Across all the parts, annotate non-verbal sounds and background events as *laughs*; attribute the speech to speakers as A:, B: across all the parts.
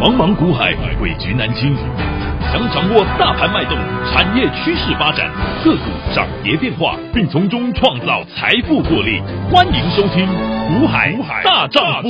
A: 茫茫股海，诡局难清。想掌握大盘脉动、产业趋势发展、个股涨跌变化，并从中创造财富获利，欢迎收听《股海大丈夫》。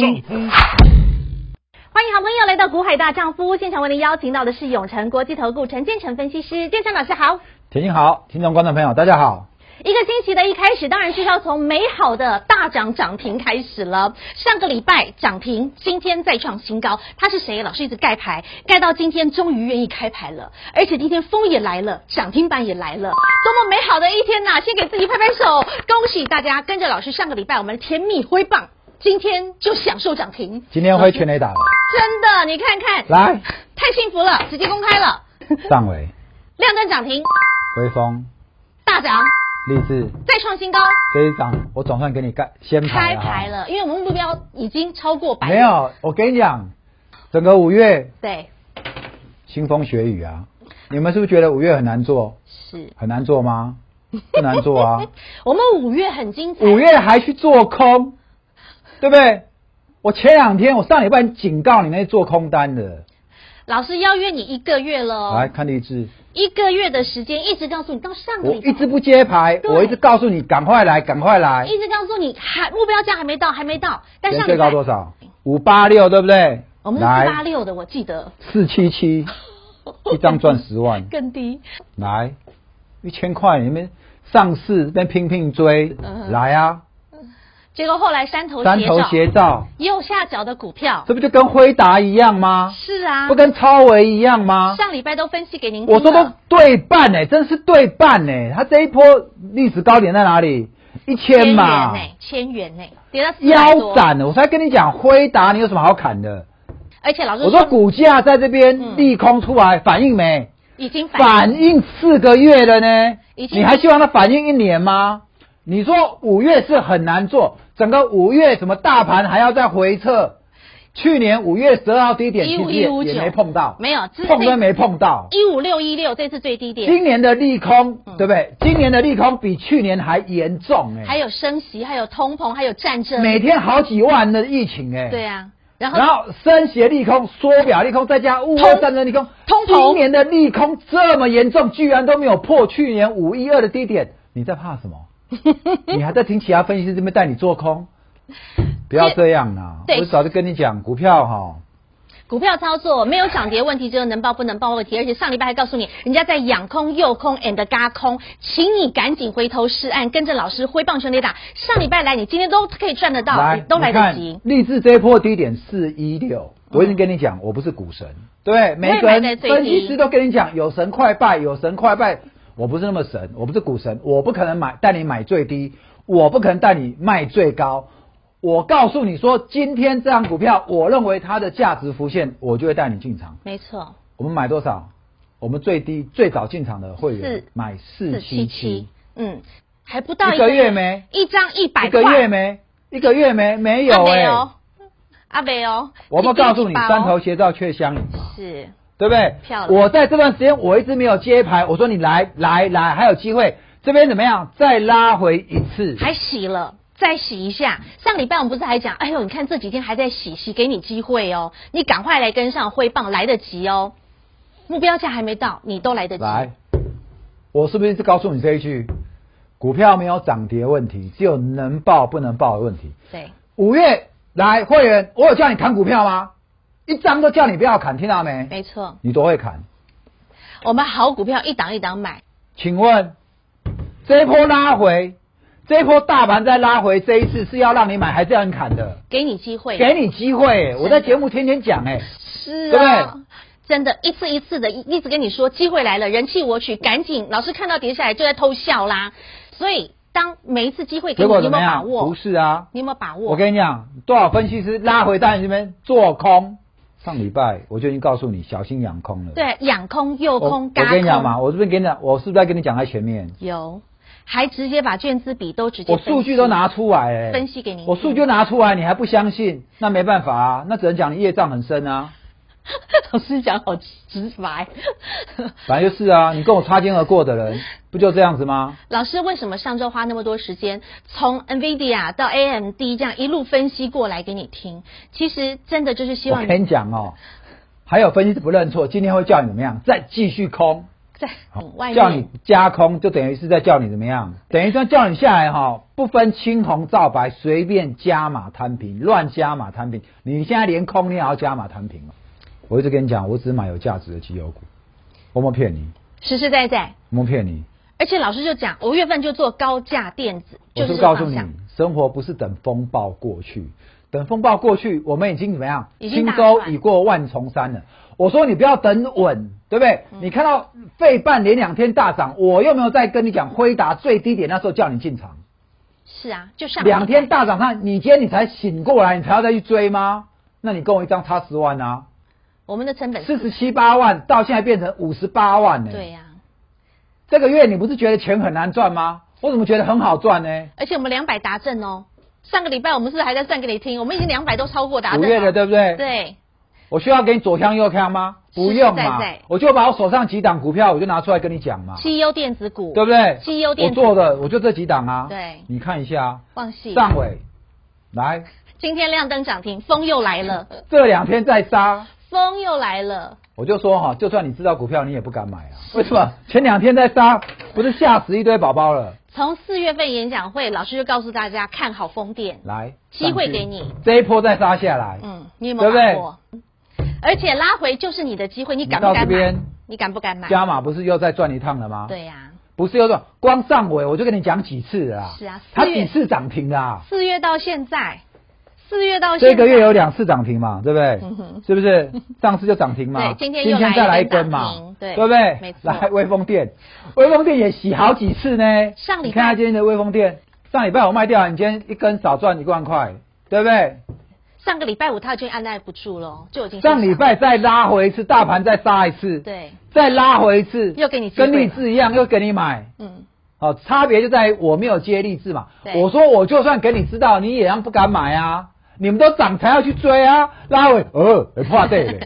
B: 欢迎好朋友来到《股海大丈夫》现场，为您邀请到的是永诚国际投顾陈建成分析师，建成老师好。
C: 田心好，听众观众朋友，大家好。
B: 一个星期的一开始，当然是要从美好的大涨涨停开始了。上个礼拜涨停，今天再创新高，他是谁？老师一直盖牌，盖到今天终于愿意开牌了，而且今天风也来了，涨停板也来了，多么美好的一天呐、先给自己拍拍手，恭喜大家跟着老师上个礼拜我们甜蜜挥棒，今天就享受涨停。
C: 今天会全雷打了，
B: 真的，你看看，
C: 来，
B: 太幸福了，直接公开
C: *laughs*
B: 了，
C: 上尾、
B: 亮灯涨停，
C: 微风、
B: 大涨，
C: 励志
B: 再创新高。
C: 这一张，我总算给你盖先排
B: 开
C: 了哈
B: 牌。了，因为我们目标已经超过百，
C: 没，有，我跟你讲，整个五月
B: 对，
C: 腥风血雨啊，你们是不是觉得五月很难做？
B: 是
C: 很难做吗？不难做
B: *laughs*
C: 啊，
B: 我们五月很精彩，
C: 五月还去做空，对不对？我前两天，我上礼拜警告你那些做空单的，
B: 老师邀约你一个月了
C: 来
B: 哦，
C: 看励志，
B: 一个月的时间一直告诉你到上个
C: 我
B: 礼拜，
C: 一直不接牌，
B: 对
C: 我一直告诉你赶快来，赶快来，
B: 一直告诉你还目标价还没到，还没到，但
C: 今
B: 上
C: 最
B: 礼
C: 高
B: 拜
C: 多少？五八六，对不对？
B: 我们是四八
C: 来
B: 六的，我记得，
C: 四七七，一张赚十万
B: *laughs* 更低，
C: 来一千块，你们上市这边拼拼追
B: 嗯，
C: 来啊！
B: 结果后来山头
C: 山
B: 斜
C: 头
B: 照，
C: 斜照，
B: 右下角的股票，
C: 这不就跟辉达一样吗？
B: 是啊
C: 不，跟超维一样吗？
B: 上礼拜都分析给您听了，
C: 啊我说都对半呢、真是对半呢、它这一波历史高点在哪里？一千
B: 千元
C: 嘛，
B: 呢，千元呢，跌到400
C: 腰
B: 多，
C: 斩了！我才跟你讲，辉达你有什么好砍的？
B: 而且老师
C: 我说股价在这
B: 嗯
C: 边利空出来，反应没？
B: 已经反
C: 反应四个月了呢，
B: 已经
C: 你还希望它反应一年吗？你说五月是很难做，整个五月什么大盘还要再回撤？去年五月十二号低点其实也
B: 15159
C: 也没碰到，
B: 没有这
C: 碰都没碰到。
B: 一五六一六，这次最低点，
C: 今年的利空
B: 嗯，
C: 对不对？今年的利空比去年还严重哎、
B: 还有升息，还有通膨，还有战争，
C: 每天好几万的疫情哎、
B: 对啊，然后
C: 然后升息的利空、缩表利空，再加乌俄
B: 通
C: 战争利空，
B: 通膨
C: 今年的利空这么严重，居然都没有破去年五一二的低点，你在怕什么？
B: 嗯
C: 你还在听其他分析师这边带你做
B: *laughs*
C: 空？不要这样啦！
B: 对
C: 我早就跟你讲，股票哈，
B: *laughs* 股票操作没有涨跌问题，只有能报不能报问题。而且上礼拜还告诉你，人家在养空、诱空 and 嘎空，请你赶紧回头是岸，跟着老师挥棒全力打。上礼拜来，你今天都可以赚得到，你都来
C: 你
B: 得
C: 看
B: 及。嗯
C: 励志这一波低点四一六，我已经跟你讲，我不是股神，对，每个
B: 买在
C: 人
B: 最低
C: 分析师都跟你讲，有神快拜，有神快拜，我不是那么神，我不是股神，我不可能买带你买最低，我不可能带你卖最高。我告诉你说，今天这张股票，我认为它的价值浮现，我就会带你进场。
B: 没错，
C: 我们买多少？我们最低最早进场的会员
B: 四
C: 买四七七，，
B: 嗯，还不到
C: 一个月没
B: 一张一百
C: 一个月没，一个月没没有哎、
B: 哦，阿北哦，
C: 我们告诉你，
B: 118哦
C: 山头斜照却相迎嘛，
B: 是
C: 对不对
B: 漂？亮
C: 我在这段时间我一直没有接牌，我说你来来来，还有机会，这边怎么样？再拉回一次，
B: 还洗了。再洗一下，上礼拜我们不是还讲，哎呦，你看这几天还在洗，洗给你机会哦，你赶快来跟上挥棒，来得及哦。目标价还没到，你都来得及。
C: 来，我是不是一直告诉你这一句？股票没有涨跌问题，只有能报不能报的问题。
B: 对，
C: 五月来会员，我有叫你砍股票吗？一张都叫你不要砍，听到没？
B: 没错，
C: 你多会砍？
B: 我们好股票一档一档买，
C: 请问这一波拉回，这一波大盘再拉回，这一次是要让你买还是要你砍的？
B: 给你机会，
C: 给你机会、我在节目天天讲哎、
B: 是
C: 对不
B: 啊
C: 对，
B: 真的，一次一次的，一一直跟你说机会来了，人气我取，赶紧。老师看到跌下来就在偷笑啦。所以当每一次机会
C: 结
B: 给你，
C: 果
B: 你有
C: 怎
B: 没
C: 么
B: 有把
C: 样？
B: 握
C: 不？是啊，
B: 你有没有把握？
C: 我跟你讲，多少分析师拉回在你这边做空，上礼拜我就已经告诉你小心养空了。，
B: 对，养空又
C: 我
B: 空，嘎
C: 我
B: 空。
C: 跟你讲嘛，我这边跟你讲，我是不是在跟你讲在前面？
B: 有，还直接把卷资比都直接
C: 我
B: 分析
C: 数据都拿出来、欸，
B: 分析给你嗯
C: 我数据都拿出来，你还不相信？那没办法啊，那只能讲你业障很深啊。
B: *laughs* 老师讲好直白。 *laughs*
C: 反正就是啊，你跟我擦肩而过的人，不就这样子吗？
B: 老师为什么上周花那么多时间从 NVIDIA 到 AMD 这样一路分析过来给你听？其实真的就是希
C: 我
B: 望
C: 跟
B: 你
C: 你讲哦，还有分析师不认错，今天会叫你怎么样？再继续空，
B: 在嗯外
C: 叫你
B: 面
C: 加空，就等于是在叫你怎么样？等于说叫你下来哈、不分青红皂白，随便加码摊平，乱加码摊平。你现在连空你也要加码摊平了。我一直跟你讲，我只买有价值的绩优股，我没骗你，
B: 实实在在。
C: 我没骗你。
B: 而且老师就讲，五月份就做高价电子，
C: 我
B: 就
C: 不
B: 是是
C: 是告诉
B: 方
C: 你
B: 向，
C: 生活不是等风暴过去，等风暴过去，我们已经怎么样？
B: 已经
C: 轻
B: 打
C: 舟
B: 算
C: 已过万重山了。我说你不要等稳，对不对？
B: 嗯
C: 你看到费半连两天大涨，我又没有在跟你讲辉达最低点那时候叫你进场，
B: 是啊，就上
C: 两天
B: 到
C: 大涨上，你今天你才醒过来，你才要再去追吗？那你跟我一张差十万啊，
B: 我们的成本
C: 四十七八万到现在变成五十八万呢、
B: 对呀、
C: 这个月你不是觉得钱很难赚吗？我怎么觉得很好赚呢？
B: 而且我们两百达阵哦。上个礼拜我们是不是还在算给你听？我们已经两百都超过达
C: 五
B: 阵
C: 月的
B: 了，
C: 对不对？
B: 对，
C: 我需要给你左枪右枪吗？不用嘛，
B: 实实在在
C: 我就把我手上几档股票，我就拿出来跟你讲嘛，
B: 绩优 E 电子股，
C: 对不对？
B: 绩优电
C: 我
B: 子
C: 做的我就这几档啊。
B: 对
C: 你看一下
B: 忘
C: 啊，
B: 记
C: 上尾来
B: 今天亮灯涨停，风又来了，
C: *laughs* 这两天再杀，
B: 风又来了，
C: 我就说哈，就算你知道股票，你也不敢买啊。为什么？前两天在杀，不是吓死一堆宝宝了？
B: 从四月份演讲会，老师就告诉大家看好风电，
C: 来，
B: 机会
C: 上去
B: 给你，
C: 这一波再杀下来，
B: 嗯，你有没有
C: 对不对
B: 把握？而且拉回就是你的机会，你敢
C: 你
B: 不
C: 到
B: 敢
C: 这
B: 买
C: 边？
B: 你敢不敢买？
C: 加码不是又再转一趟了吗？，
B: 对呀、
C: 不是又转，光上尾我就跟你讲几次了啊
B: 是啊
C: 它
B: 四月
C: 几次涨停的啊？
B: 四月到现在，四月哦到现在
C: 这个月有两次涨停嘛，对不对？
B: 嗯哼
C: 是不
B: *laughs*
C: 是？上次就涨停嘛，
B: 对今天又来
C: 再来
B: 一根
C: 根
B: 涨
C: 嘛
B: 停，对
C: 不对？
B: 没错
C: 来威风店，威风店也洗好几次呢。
B: 上礼拜
C: 你看他今天的威风店，上礼拜我卖掉，你今天一根少赚一万块，对不对？
B: 上个礼拜五他已经按耐不住了，就已经
C: 上礼拜再拉回一次，大盘再杀一次，
B: 对，
C: 再拉回一次，
B: 又给你机会
C: 跟励志一样，又给你买。
B: 嗯，
C: 好、差别就在于我没有接励志嘛。
B: 对
C: 我说我就算给你知道，你也让不敢买啊。你们都涨才要去追啊，拉回呃，会怕对
B: *laughs*
C: 嘞。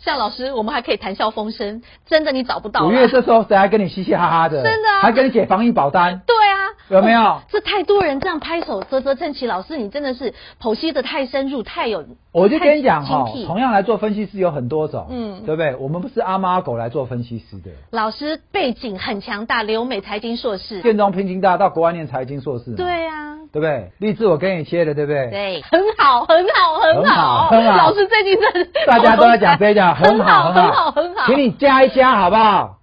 B: 像老师，我们还可以谈笑风生，真的你找不到啦
C: 五月这时候谁还跟你嘻嘻哈哈的？
B: 真的啊
C: 还跟你写防疫保单，
B: 对啊，
C: 有没有
B: 哦这太多人这样拍手啧啧称奇，老师你真的是剖析的太深入，太有，
C: 我就跟你讲
B: 太
C: 哈、
B: 精辟
C: 同样来做分析师有很多种，
B: 嗯
C: 对不对？我们不是阿猫阿狗来做分析师的。
B: 老师背景很强大，留美财经硕士，
C: 建中拼清大到国外念财经硕士嘛，
B: 对啊。
C: 对不对？励志我跟你切的，对不对？
B: 对，很好，很好，很好，
C: 很好
B: 老师最近真的
C: 大家都
B: *laughs*
C: 在讲这一讲，
B: 很
C: 好，
B: 很好，很好。
C: 请你加一加好不好？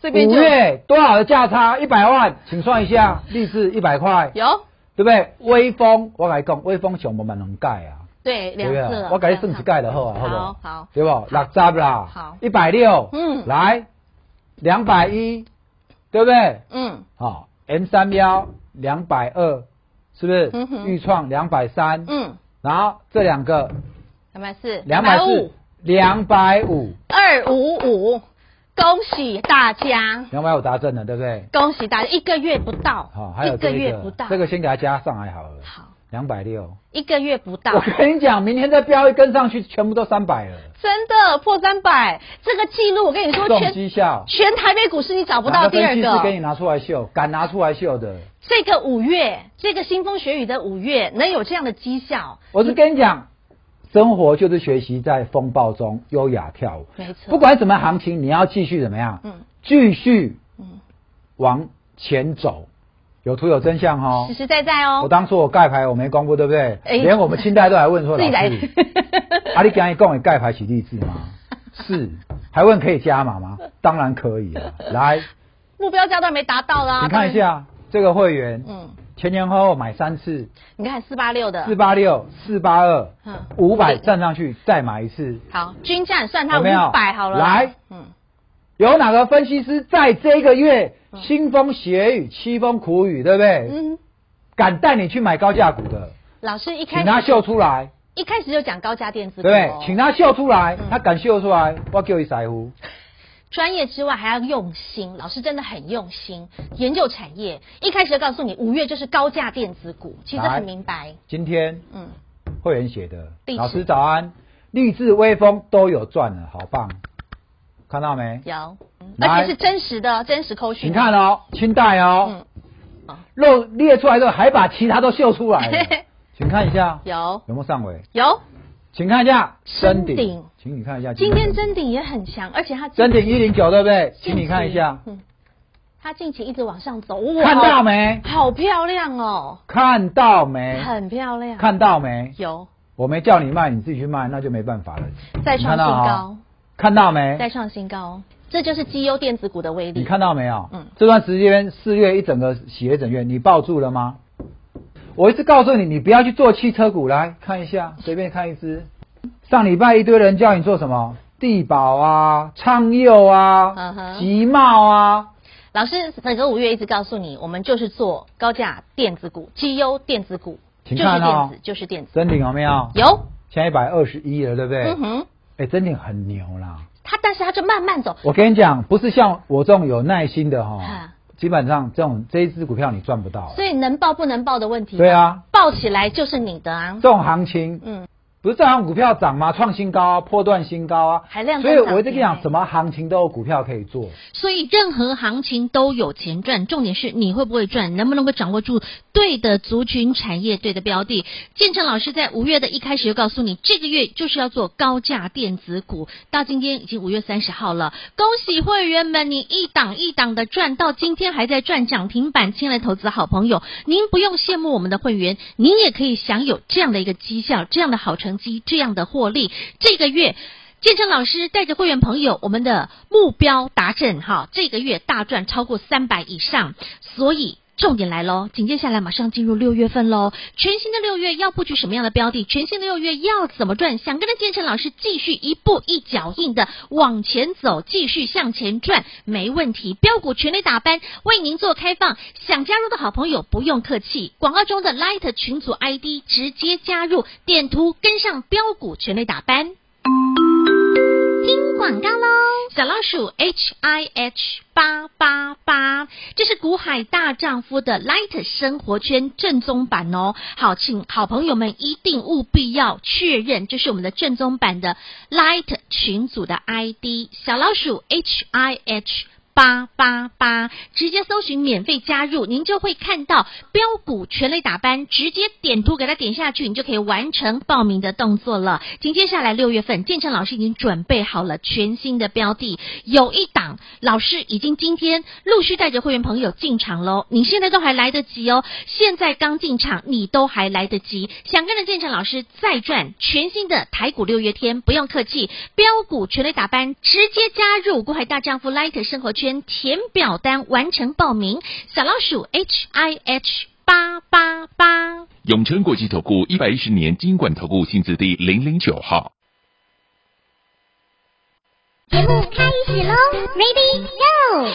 B: 这边
C: 五
B: 就
C: 月多少的价差？一百万，请算一下，励志一百块，
B: 有
C: 对不对？微风，我来讲，微风熊我们能盖啊。
B: 对
C: 对
B: 两
C: 不
B: 次
C: 对
B: 了？，
C: 我给你
B: 两
C: 算
B: 次
C: 一盖就好啊，好不
B: 好好
C: 对不？六十啦，
B: 好
C: 一百六，
B: 嗯
C: 来两百一，对不对？
B: 嗯，
C: 好，M 三幺两百二，是不是？
B: 嗯哼
C: 预创两百三，
B: 嗯，
C: 然后这两个
B: 两百四，
C: 两百四
B: 五，
C: 两百五，
B: 二五五，恭喜大家，
C: 两百五达阵了，对不对？
B: 恭喜大家，一个月不到，
C: 好，还有
B: 一
C: 这
B: 个
C: 一
B: 月不到，
C: 这个先给它加上来好了，
B: 好，
C: 两百六。
B: 一个月不到
C: 我，跟你讲，明天再飙一根上去，全部都三百了，
B: 真的破三百，这个记录我跟你说，
C: 中
B: 全
C: 绩效。
B: 全台北股市你找不
C: 哪
B: 到第
C: 分
B: 二
C: 析师给你
B: 个。
C: 拿出来秀，敢拿出来秀的。
B: 这个五月，这个腥风血雨的五月，能有这样的绩效，
C: 我是跟你讲，生活就是学习在风暴中优雅跳舞。
B: 没错。
C: 不管什么行情，你要继续怎么样？
B: 嗯
C: 继续
B: 嗯，
C: 往前走，有图有真相哦
B: 实。实在在哦
C: 我，当初我盖牌我没公布，对不对？
B: 哎
C: 连我们清代都来问说
B: *laughs* 自己
C: 老
B: 来
C: 师，阿里刚一共你盖牌起励志吗？
B: *laughs*
C: 是，还问可以加码吗？当然可以啊。来，
B: 目标价都还没达到啦。
C: 你看一下这个会员，
B: 当然，嗯，
C: 前前后后买三次，
B: 你看四八六的
C: 四，八六、四八二
B: 嗯、
C: 五百站上去再买一次。
B: 好，均价你算它
C: 有没有
B: 五百好了。
C: 来，
B: 嗯，
C: 有哪个分析师在这个月腥风血雨、凄风苦雨，对不对？
B: 嗯，
C: 敢带你去买高价股的，
B: 老师一开
C: 请他
B: 始
C: 秀出来，
B: 一开始就讲高价电子
C: 对
B: 股
C: 不对
B: 哦，？
C: 请他秀出来
B: 嗯，
C: 他敢秀出来，我叫一腮乎。
B: 专业之外还要用心，老师真的很用心研究产业。一开始就告诉你，五月就是高价电子股，其实
C: 来
B: 很明白。
C: 今天
B: 嗯，
C: 会员写的，
B: 励志
C: 老师早安，励志微风都有赚了，好棒，看到没？
B: 有，嗯
C: 来
B: 而且是真实的真实扣
C: 你
B: 讯。
C: 看哦，清代哦，
B: 嗯，
C: 肉哎
B: *laughs*
C: 列出来之后还把其他都秀出来了，请看一下
B: 有
C: 有没有上尾？
B: 有
C: 请看一下
D: 深鼎
C: 请你看一下
D: 今天真顶也很强，而且它
C: 真顶一零九对不对？
D: 近
C: 请你看一下
D: 期，，嗯，它近期一直往上走，哇
C: 看到？没？
D: 好漂亮哦，
C: 看到没？
D: 很漂亮，
C: 看到没？
D: 有
C: 我没叫你卖，你自己去卖，那就没办法了。
D: 再创
C: 你看到
D: 新
C: 啊
D: 高，
C: 看到没？
D: 再创新高，哦这就是绩优电子股的威力。
C: 你看到没有？
D: 嗯
C: 这段时间四月一整个洗了一整月，你抱住了吗？我一直告诉你，你不要去做汽车股，来看一
D: *laughs*
C: 下，随便看一只。上礼拜一堆人叫你做什么？地保啊，昌佑
D: 嗯
C: 啊，
D: 哼
C: 集茂啊，
D: 老师整个五月一直告诉你，我们就是做高价电子股、绩优电子股，就
C: 请
D: 是
C: 看
D: 电
C: 哦
D: 子，就是电子。
C: 真顶有没有？
D: 有，
C: 现在一百二十一了，对不对？哎、
D: 嗯哼，
C: 真顶很牛啦。
D: 它但是它就慢慢走，
C: 我跟你讲，不是像我这种有耐心的哈、
D: 啊
C: 基本上这种这一只股票你赚不到。啊
D: 所以能报不能报的问题。
C: 对，啊，
D: 报起来就是你的啊
C: 这。种行情
D: 嗯，
C: 不是这行股票涨吗？创新高啊，破断新高啊，
D: 还亮灯
C: 所以我一直跟
D: 涨停
C: 你讲，
D: 欸
C: 什么行情都有股票可以做。
B: 所以任何行情都有钱赚，重点是你会不会赚，能不能够掌握住对的族群、产业、对的标的。建成老师在五月的一开始就告诉你，这个月就是要做高价电子股，到今天已经五月三十号了，恭喜会员们，你一档一档的赚，到今天还在赚涨停板，亲爱的投资好朋友，您不用羡慕我们的会员，您也可以享有这样的一个绩效、这样的好成绩、这样的获利。这个月。建成老师带着会员朋友，我们的目标达阵哈，这个月大赚超过三百以上，所以。重点来喽！紧接下来马上进入六月份喽，全新的六月要布局什么样的标的？全新的六月要怎么赚？想跟着建成老师继续一步一脚印的往前走，继续向前赚，没问题。标股全力打班为您做开放，想加入的好朋友不用客气，广告中的 Light 群组 ID 直接加入，点图跟上标股全力打班。听广告喽。小老鼠 H I H 八八八，这是股海大丈夫的 Light 生活圈正宗版哦。好，请好朋友们一定务必要确认，这是我们的正宗版的 Light 群组的 ID，小老鼠 H I H。八八八，直接搜寻免费加入，您就会看到标股全类打班，直接点图给它点下去，你就可以完成报名的动作了。紧接下来六月份，建成老师已经准备好了全新的标的，有一档老师已经今天陆续带着会员朋友进场喽，你现在都还来得及哦，现在刚进场，你都还来得及，想跟着建成老师再赚全新的台股六月天，不用客气，标股全力打班，直接加入国海大丈夫 Light 生活圈，填表单完成报名，小老鼠 H I H 八八八。
A: 永诚国际投顾一百一十年金管投顾性质第零零九号。
E: 节目开始喽，Ready Go！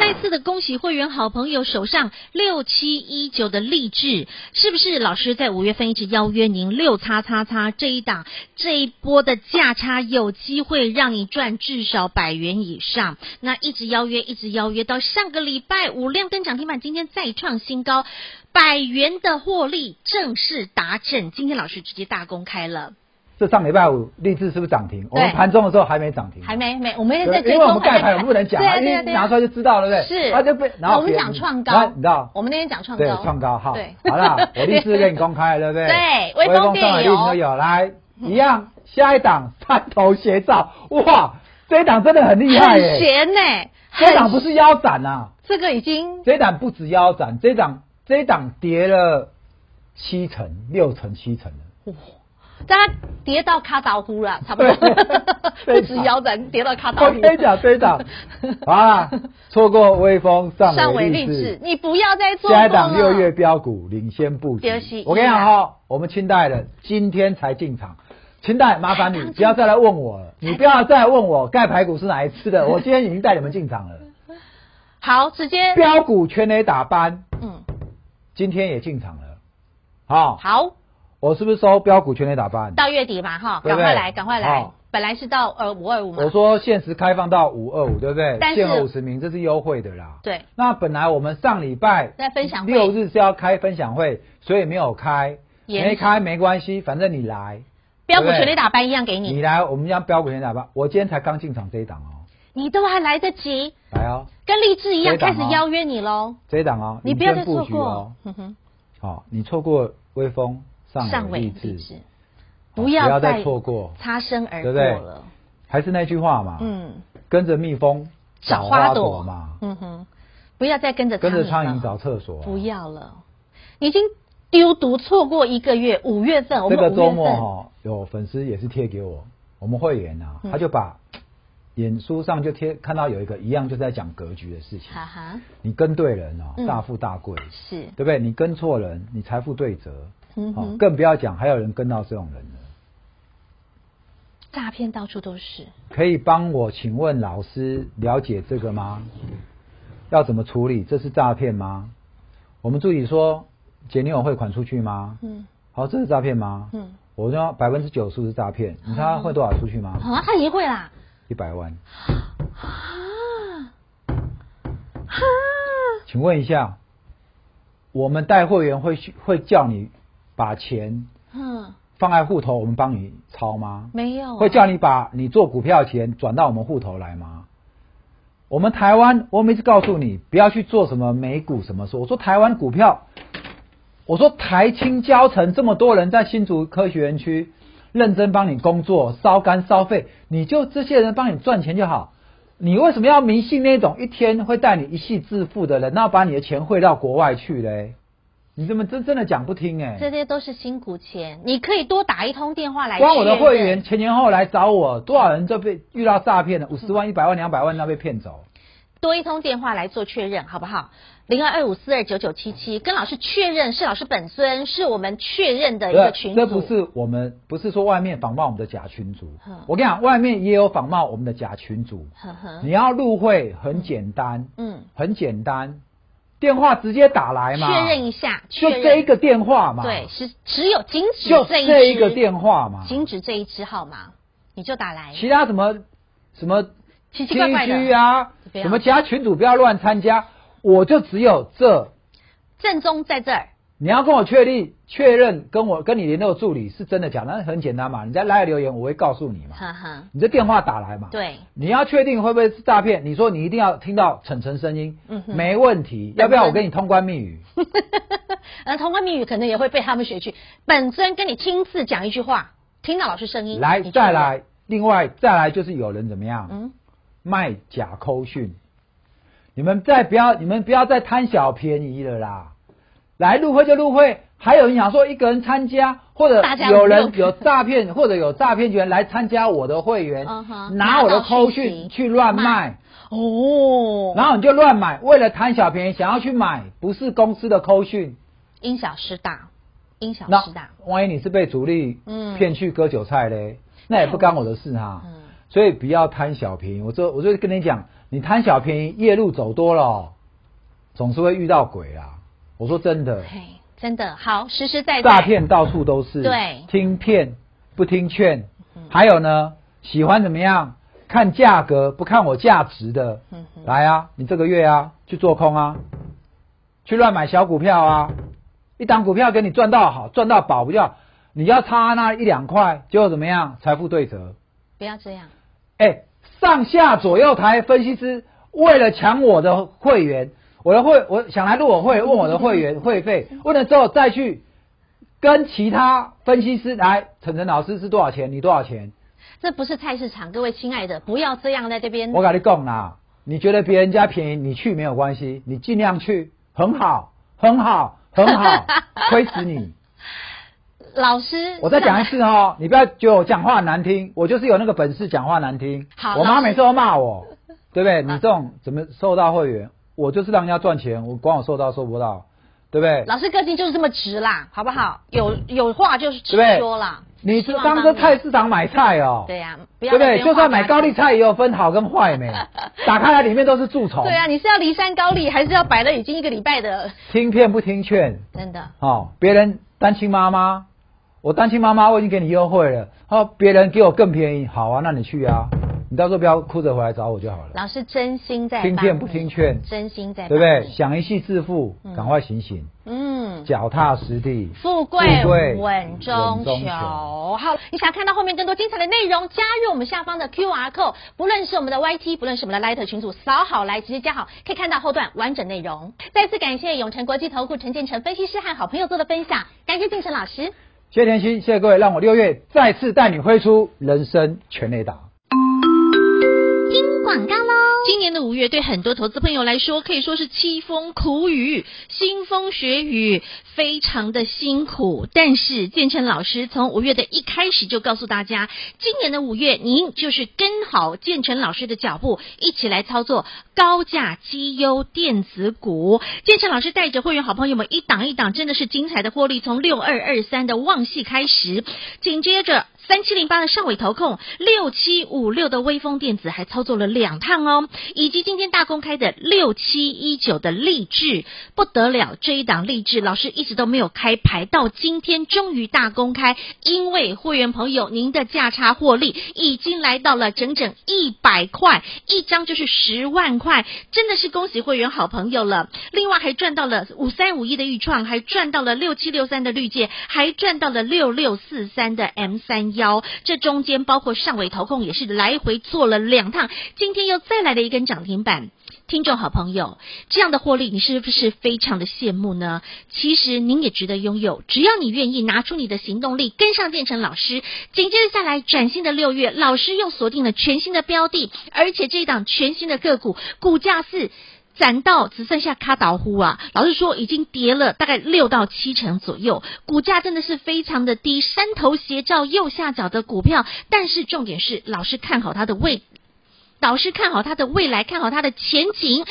B: 再次的恭喜会员好朋友手上六七一九的励志，是不是老师在五月份一直邀约您六叉叉叉这一档这一波的价差有机会让你赚至少百元以上？那一直邀约，一直邀约到上个礼拜五亮灯涨停板，今天再创新高，百元的获利正式达成。今天老师直接大公开了，
C: 这上礼拜五励志是不是涨停？我们盘中的时候还没涨停，
D: 还。没没，我们也
C: 因
D: 在
C: 为
D: 追
C: 我们
D: 踪，
C: 盖
D: 还
C: 牌，
D: 在
C: 我们不能讲
D: 对
C: 啊，
D: 啊
C: 因
D: 对
C: 为
D: 啊对啊，
C: 拿出来就知道了，对不对？啊
D: 是
C: 他就被，然
D: 那
C: 后
D: 我们
C: 别
D: 讲创
C: 然
D: 高
C: 后，你知道，
D: 我们那天讲创
C: 对
D: 高，，
C: 创高好，
D: 对，
C: 好
D: *laughs*
C: 啦，我励志给你公开了，对不对？
D: 对微风
C: 上海
D: 电
C: 励
D: 邮嗯
C: 志都有来，一样，下一档三头斜照，哇，这一档真的很厉害
D: 很
C: 耶，
D: 悬呢、
C: 这一档
D: 很
C: 不是腰斩啊，
D: 这个已经
C: 这一档不止腰斩，这一档这一档跌了七成、六成、七成了。
D: 大家跌到卡达呼了，差不多不 *laughs*
C: 对
D: 止腰斩，跌到卡达
C: 我
D: 呼
C: 跟。你讲，哦这一
D: *laughs*
C: 档啊，错过微风上
D: 上尾
C: 尾励
D: 励志
C: 志，，
D: 你不要再做
C: 下一
D: 梦
C: 档
D: 了。
C: 六月标股领先布局
D: 啊就是一。
C: 我跟你讲哈，我们清代的今天才进场。清代，麻烦
D: 哎
C: 你不要再来问我了，你不要再问我钙排骨是哪一次
D: *laughs*
C: 的，我今天已经带你们进场了。
D: 好，直接
C: 标股全垒打班
D: 嗯，
C: 今天也进场了，好、
D: 好，
C: 我是不是收标股全垒打班？
D: 到月底嘛哈，
C: 对
D: 赶
C: 不对
D: 快来，赶快来
C: 好。
D: 本来是到呃五二五嘛
C: 我，说限时开放到五二五，对不对
D: 但？是
C: 限额五十名，这是优惠的啦。
D: 对，
C: 那本来我们上礼拜
D: 在分享会
C: 六日是要开分享会，所以没有开，
D: 延
C: 没开没关系，反正你来，
D: 标股
C: 对不对
D: 全力打班一样给
C: 你
D: 你，
C: 来，我们家标股先打吧。我今天才刚进场这一档哦，
D: 你都还来得及，
C: 来哦，
D: 跟励志一样
C: 可以打
D: 开
C: 吗
D: 始邀约你喽，
C: 这一档哦，
D: 你不要
C: 领
D: 再
C: 先布
D: 错
C: 局
D: 过
C: 哦。。
D: 哼哼
C: 好、你错过微风上尾励志，
D: 志，不
C: 不
D: 要
C: 要
D: 再
C: 再错过
D: 擦身而
C: 对不
D: 过
C: 对
D: 了。
C: 还是那句话嘛，
D: 嗯，
C: 跟着蜜蜂
D: 找花
C: 朵
D: 朵
C: 嘛，
D: 嗯哼，不要再跟着
C: 跟着
D: 苍
C: 苍
D: 蝇
C: 蝇
D: 了
C: 找厕所啊、
D: 不要了，你已经丢毒错过一个月，五月份我
C: 这个
D: 们五
C: 周
D: 月
C: 末哈、
D: 份
C: 有粉丝也是贴给我，我们会员啊，
D: 嗯
C: 他就把脸书上就贴看到有一个一样就是在讲格局的事情，
D: 哈哈，
C: 你跟对人哦，
D: 嗯
C: 大富大贵，
D: 是
C: 对，不对？你跟错人，你财富对折，
D: 嗯哼
C: 哦更不要讲还有人跟到这种人了。
D: 诈骗到处都是。
C: 可以帮我请问老师了解这个吗？要怎么处理？这是诈骗吗？我们助理说，姐，你有汇款出去吗？
D: 嗯，
C: 好，这是诈骗吗？
D: 嗯，
C: 我说百分之九十是诈骗，你猜他汇多少出去吗？
E: 哦
D: 好、啊，他也会啦。
C: 一百万。
D: 啊哈，嗯
C: 请问一下，我们带会员会去会叫你把钱
D: 嗯，
C: 放在户头，我们帮你抄吗？
D: 没有啊、
C: 会叫你把你做股票的钱转到我们户头来吗？我们台湾，我们一直告诉你不要去做什么美股什么说，我说台湾股票，我说台青交城这么多人在新竹科学园区认真帮你工作，烧肝烧肺，你就这些人帮你赚钱就好。你为什么要迷信那种一天会带你一夕致富的人，那把你的钱汇到国外去嘞？你怎么真真的讲不听哎、
D: 这些都是辛苦钱，你可以多打一通电话来确认。
C: 光我的会员前前后来找我，多少人就被遇到诈
D: 嗯
C: 骗了，五十万、一百万、两百万，那被骗走。
D: 多一通电话来做确认，好不好？零二二五四二九九七七，跟老师确认是老师本尊，是我们确认呃的一个群组。
C: 这不是我们，不是说外面仿冒我们的假群主
D: 嗯。
C: 我跟你讲，外面也有仿冒我们的假群主。
D: 呵呵，
C: 你要入会很简单，
D: 嗯，
C: 很简单，电话直接打来嘛，
D: 确认一下，
C: 就
D: 确认
C: 这一个电话嘛，
D: 对，，是只有仅止
C: 就
D: 这一
C: 这一
D: 支
C: 个电话嘛，
D: 仅止这一支号码，你就打来。
C: 其他什么什么
D: 奇奇怪怪的
C: TG 啊，
D: 不要
C: 什么其他群主不要乱参加，我就只有这
D: 正宗在这儿，
C: 你要跟我确立确认，跟我跟你联络助理是真的假的，那很简单嘛，你在来留言我会告诉你嘛，
D: 哈哈，
C: 你的电话打来嘛，，
D: 对，
C: 你要确定会不会是诈骗，你说你一定要听到晨晨声音，
D: 嗯哼
C: 没问题，要不要我跟你通关密语？
D: 呃，童话密语可能也会被他们学去。本尊跟你亲自讲一句话，听到老师声音，
C: 来
D: 嗯你确
C: 再
D: 认，
C: 来，另外再来就是有人怎么样，
D: 嗯，
C: 卖假扣讯，你们再不要，你们不要再贪小便宜了啦！来入会就入会，还有人想说一个人参加，或者
D: 大家
C: 有
D: 有
C: 人有诈骗， *laughs* 或者有诈骗员来参加我的会员
D: 嗯哼
C: 拿我的
D: 拿到
C: 扣
D: 讯
C: 讯
D: 息
C: 去乱卖
D: 卖，哦，
C: 然后你就乱买，为了贪小便宜想要去买不是公司的扣讯，
D: 因小失大，因小
C: 那
D: 失大，
C: 万一你是被主力
D: 嗯
C: 骗去割韭菜嘞，那也不干我的事啊哈。
D: 嗯
C: 所以不要贪小便宜，我就我就跟你讲，你贪小便宜，夜路走多了哦，总是会遇到鬼啦。我说真的，
D: 嘿，真的好，实实在在
C: 诈骗到处都是，
D: 对嗯
C: 听骗不听劝，还有呢，喜欢怎么样？看价格不看我价值的
D: 嗯，哼
C: 来啊，你这个月啊去做空啊，去乱买小股票啊，一档股票给你赚到好，赚到饱不就好？你要差那一两块，结果怎么样？财富对折，
D: 不要这样，
C: 哎，上下左右台分析师为了抢我的会员，我的会我想来入我会，问我的会员 *laughs* 会费，问了之后再去跟其他分析师来，晨晨老师是多少钱？你多少钱？
D: 这不是菜市场，各位亲爱的，不要这样在这边
C: 我跟你讲啦，你觉得别人家便宜，你去没有关系，你尽量去，很好，很好，很好， *laughs* 亏死你！
D: 老师，
C: 我再讲一次哦，你不要觉得我讲话难听，我就是有那个本事讲话难听。
D: 好
C: 我
D: 老
C: 妈
D: 师
C: 每次都骂我，对不对？你这种怎么受到会员？我就是让人家赚钱，我管我受到受不到，对不对？
D: 老师个性就是这么直啦，好不好？有有话就是直
C: 对不嗯对
D: 说啦。
C: 你
D: 希
C: 是
D: 望
C: 当
D: 帮
C: 着
D: 你
C: 菜市场买菜哦，
D: 对呀、不
C: 对
D: 要
C: 不
D: 在
C: 对？
D: 这边
C: 就算
D: 画
C: 买
D: 大
C: 高丽
D: 饼，
C: 菜也有分好跟坏没， *laughs* 打开来里面都是蛀虫。
D: 对啊，你是要离山高丽，还是要摆了已经一个礼拜的？
C: 听骗不听劝，
D: 真的，
C: 哦，别人单亲妈妈，我单亲妈妈我已经给你优惠了，哦，别人给我更便宜，好啊，那你去啊，你到时候不要哭着回来找我就好了。
D: 老师真心在
C: 听
D: 帮
C: 劝不
D: 你
C: 听劝
D: 真心在
C: 对不
D: 帮
C: 对？
D: 你？
C: 想一夕致富，
D: 嗯
C: 赶快醒醒，
D: 嗯。
C: 脚踏实地。
D: 富贵
C: 富贵
D: 稳中
C: 稳中
D: 求。
C: 求
D: 好，你想看到后面更多精彩的内容，加入我们下方的 QR code，不论是我们的 YT，不论是我们的 Light 群组，扫好来直接加好，可以看到后段完整内容。再次感谢永诚国际投顾陈建成分析师和好朋友做的分享，感谢建成老师。
C: 谢谢甜心，谢谢各位，让我六月再次带你挥出人生全垒打。
E: 听广告喽。
B: 今年的五月对很多投资朋友来说可以说是凄风苦雨、腥风血雨，非常的辛苦。但是建成老师从五月的一开始就告诉大家，今年的五月您就是跟好建成老师的脚步，一起来操作高价绩优电子股。建成老师带着会员好朋友们一档一档，真的是精彩的获利，从六二二三的旺系开始，紧接着。三七零八的上尾投控，六七五六的微风电子还操作了两趟哦，以及今天大公开的六七一九的励志，不得了！这一档励志老师一直都没有开牌，到今天终于大公开，因为会员朋友您的价差获利已经来到了整整一百块，一张就是十万块，真的是恭喜会员好朋友了。另外还赚到了五三五一的预创，还赚到了六七六三的绿界，还赚到了六六四三的 M 三幺。这中间包括上尾投控也是来回做了两趟，今天又再来了一根涨停板。听众好朋友，这样的获利你是不是非常的羡慕呢？其实您也值得拥有，只要你愿意拿出你的行动力，跟上建成老师。紧接着下来，崭新的六月，老师又锁定了全新的标的，而且这一档全新的个股股价是。攒到只剩下卡倒呼啊！老实说，已经跌了大概六到七成左右，股价真的是非常的低，山头斜照右下角的股票。但是重点是，老师看好它的未，老师看好它的未来，看好它的前景。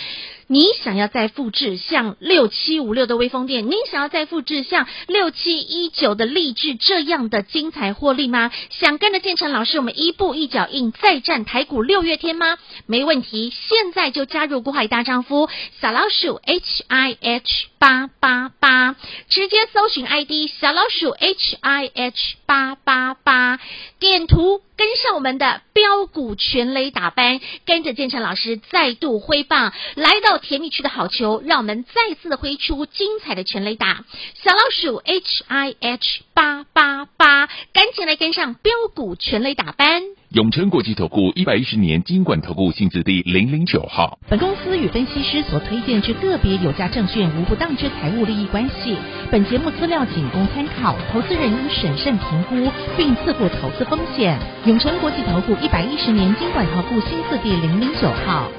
B: 你想要再复制像六七五六的微风电，你想要再复制像六七一九的励志这样的精彩获利吗？想跟着建成老师我们一步一脚印再战台股六月天吗？没问题，现在就加入股海大丈夫小老鼠 H I H 八八八，直接搜寻 ID 小老鼠 H I H 八八八，点图跟上我们的标股全雷打班，跟着建成老师再度挥棒来到。甜蜜区的好球，让我们再次的挥出精彩的全垒打。小老鼠 H I H 八八八，赶紧来跟上标股全垒打班。
A: 永诚国际投顾一百一十年金管投顾性质第零零九号。
F: 本公司与分析师所推荐之个别有价证券无不当之财务利益关系。本节目资料仅供参考，投资人应审慎评估并自负投资风险。永诚国际投顾一百一十年金管投顾新字第零零九号。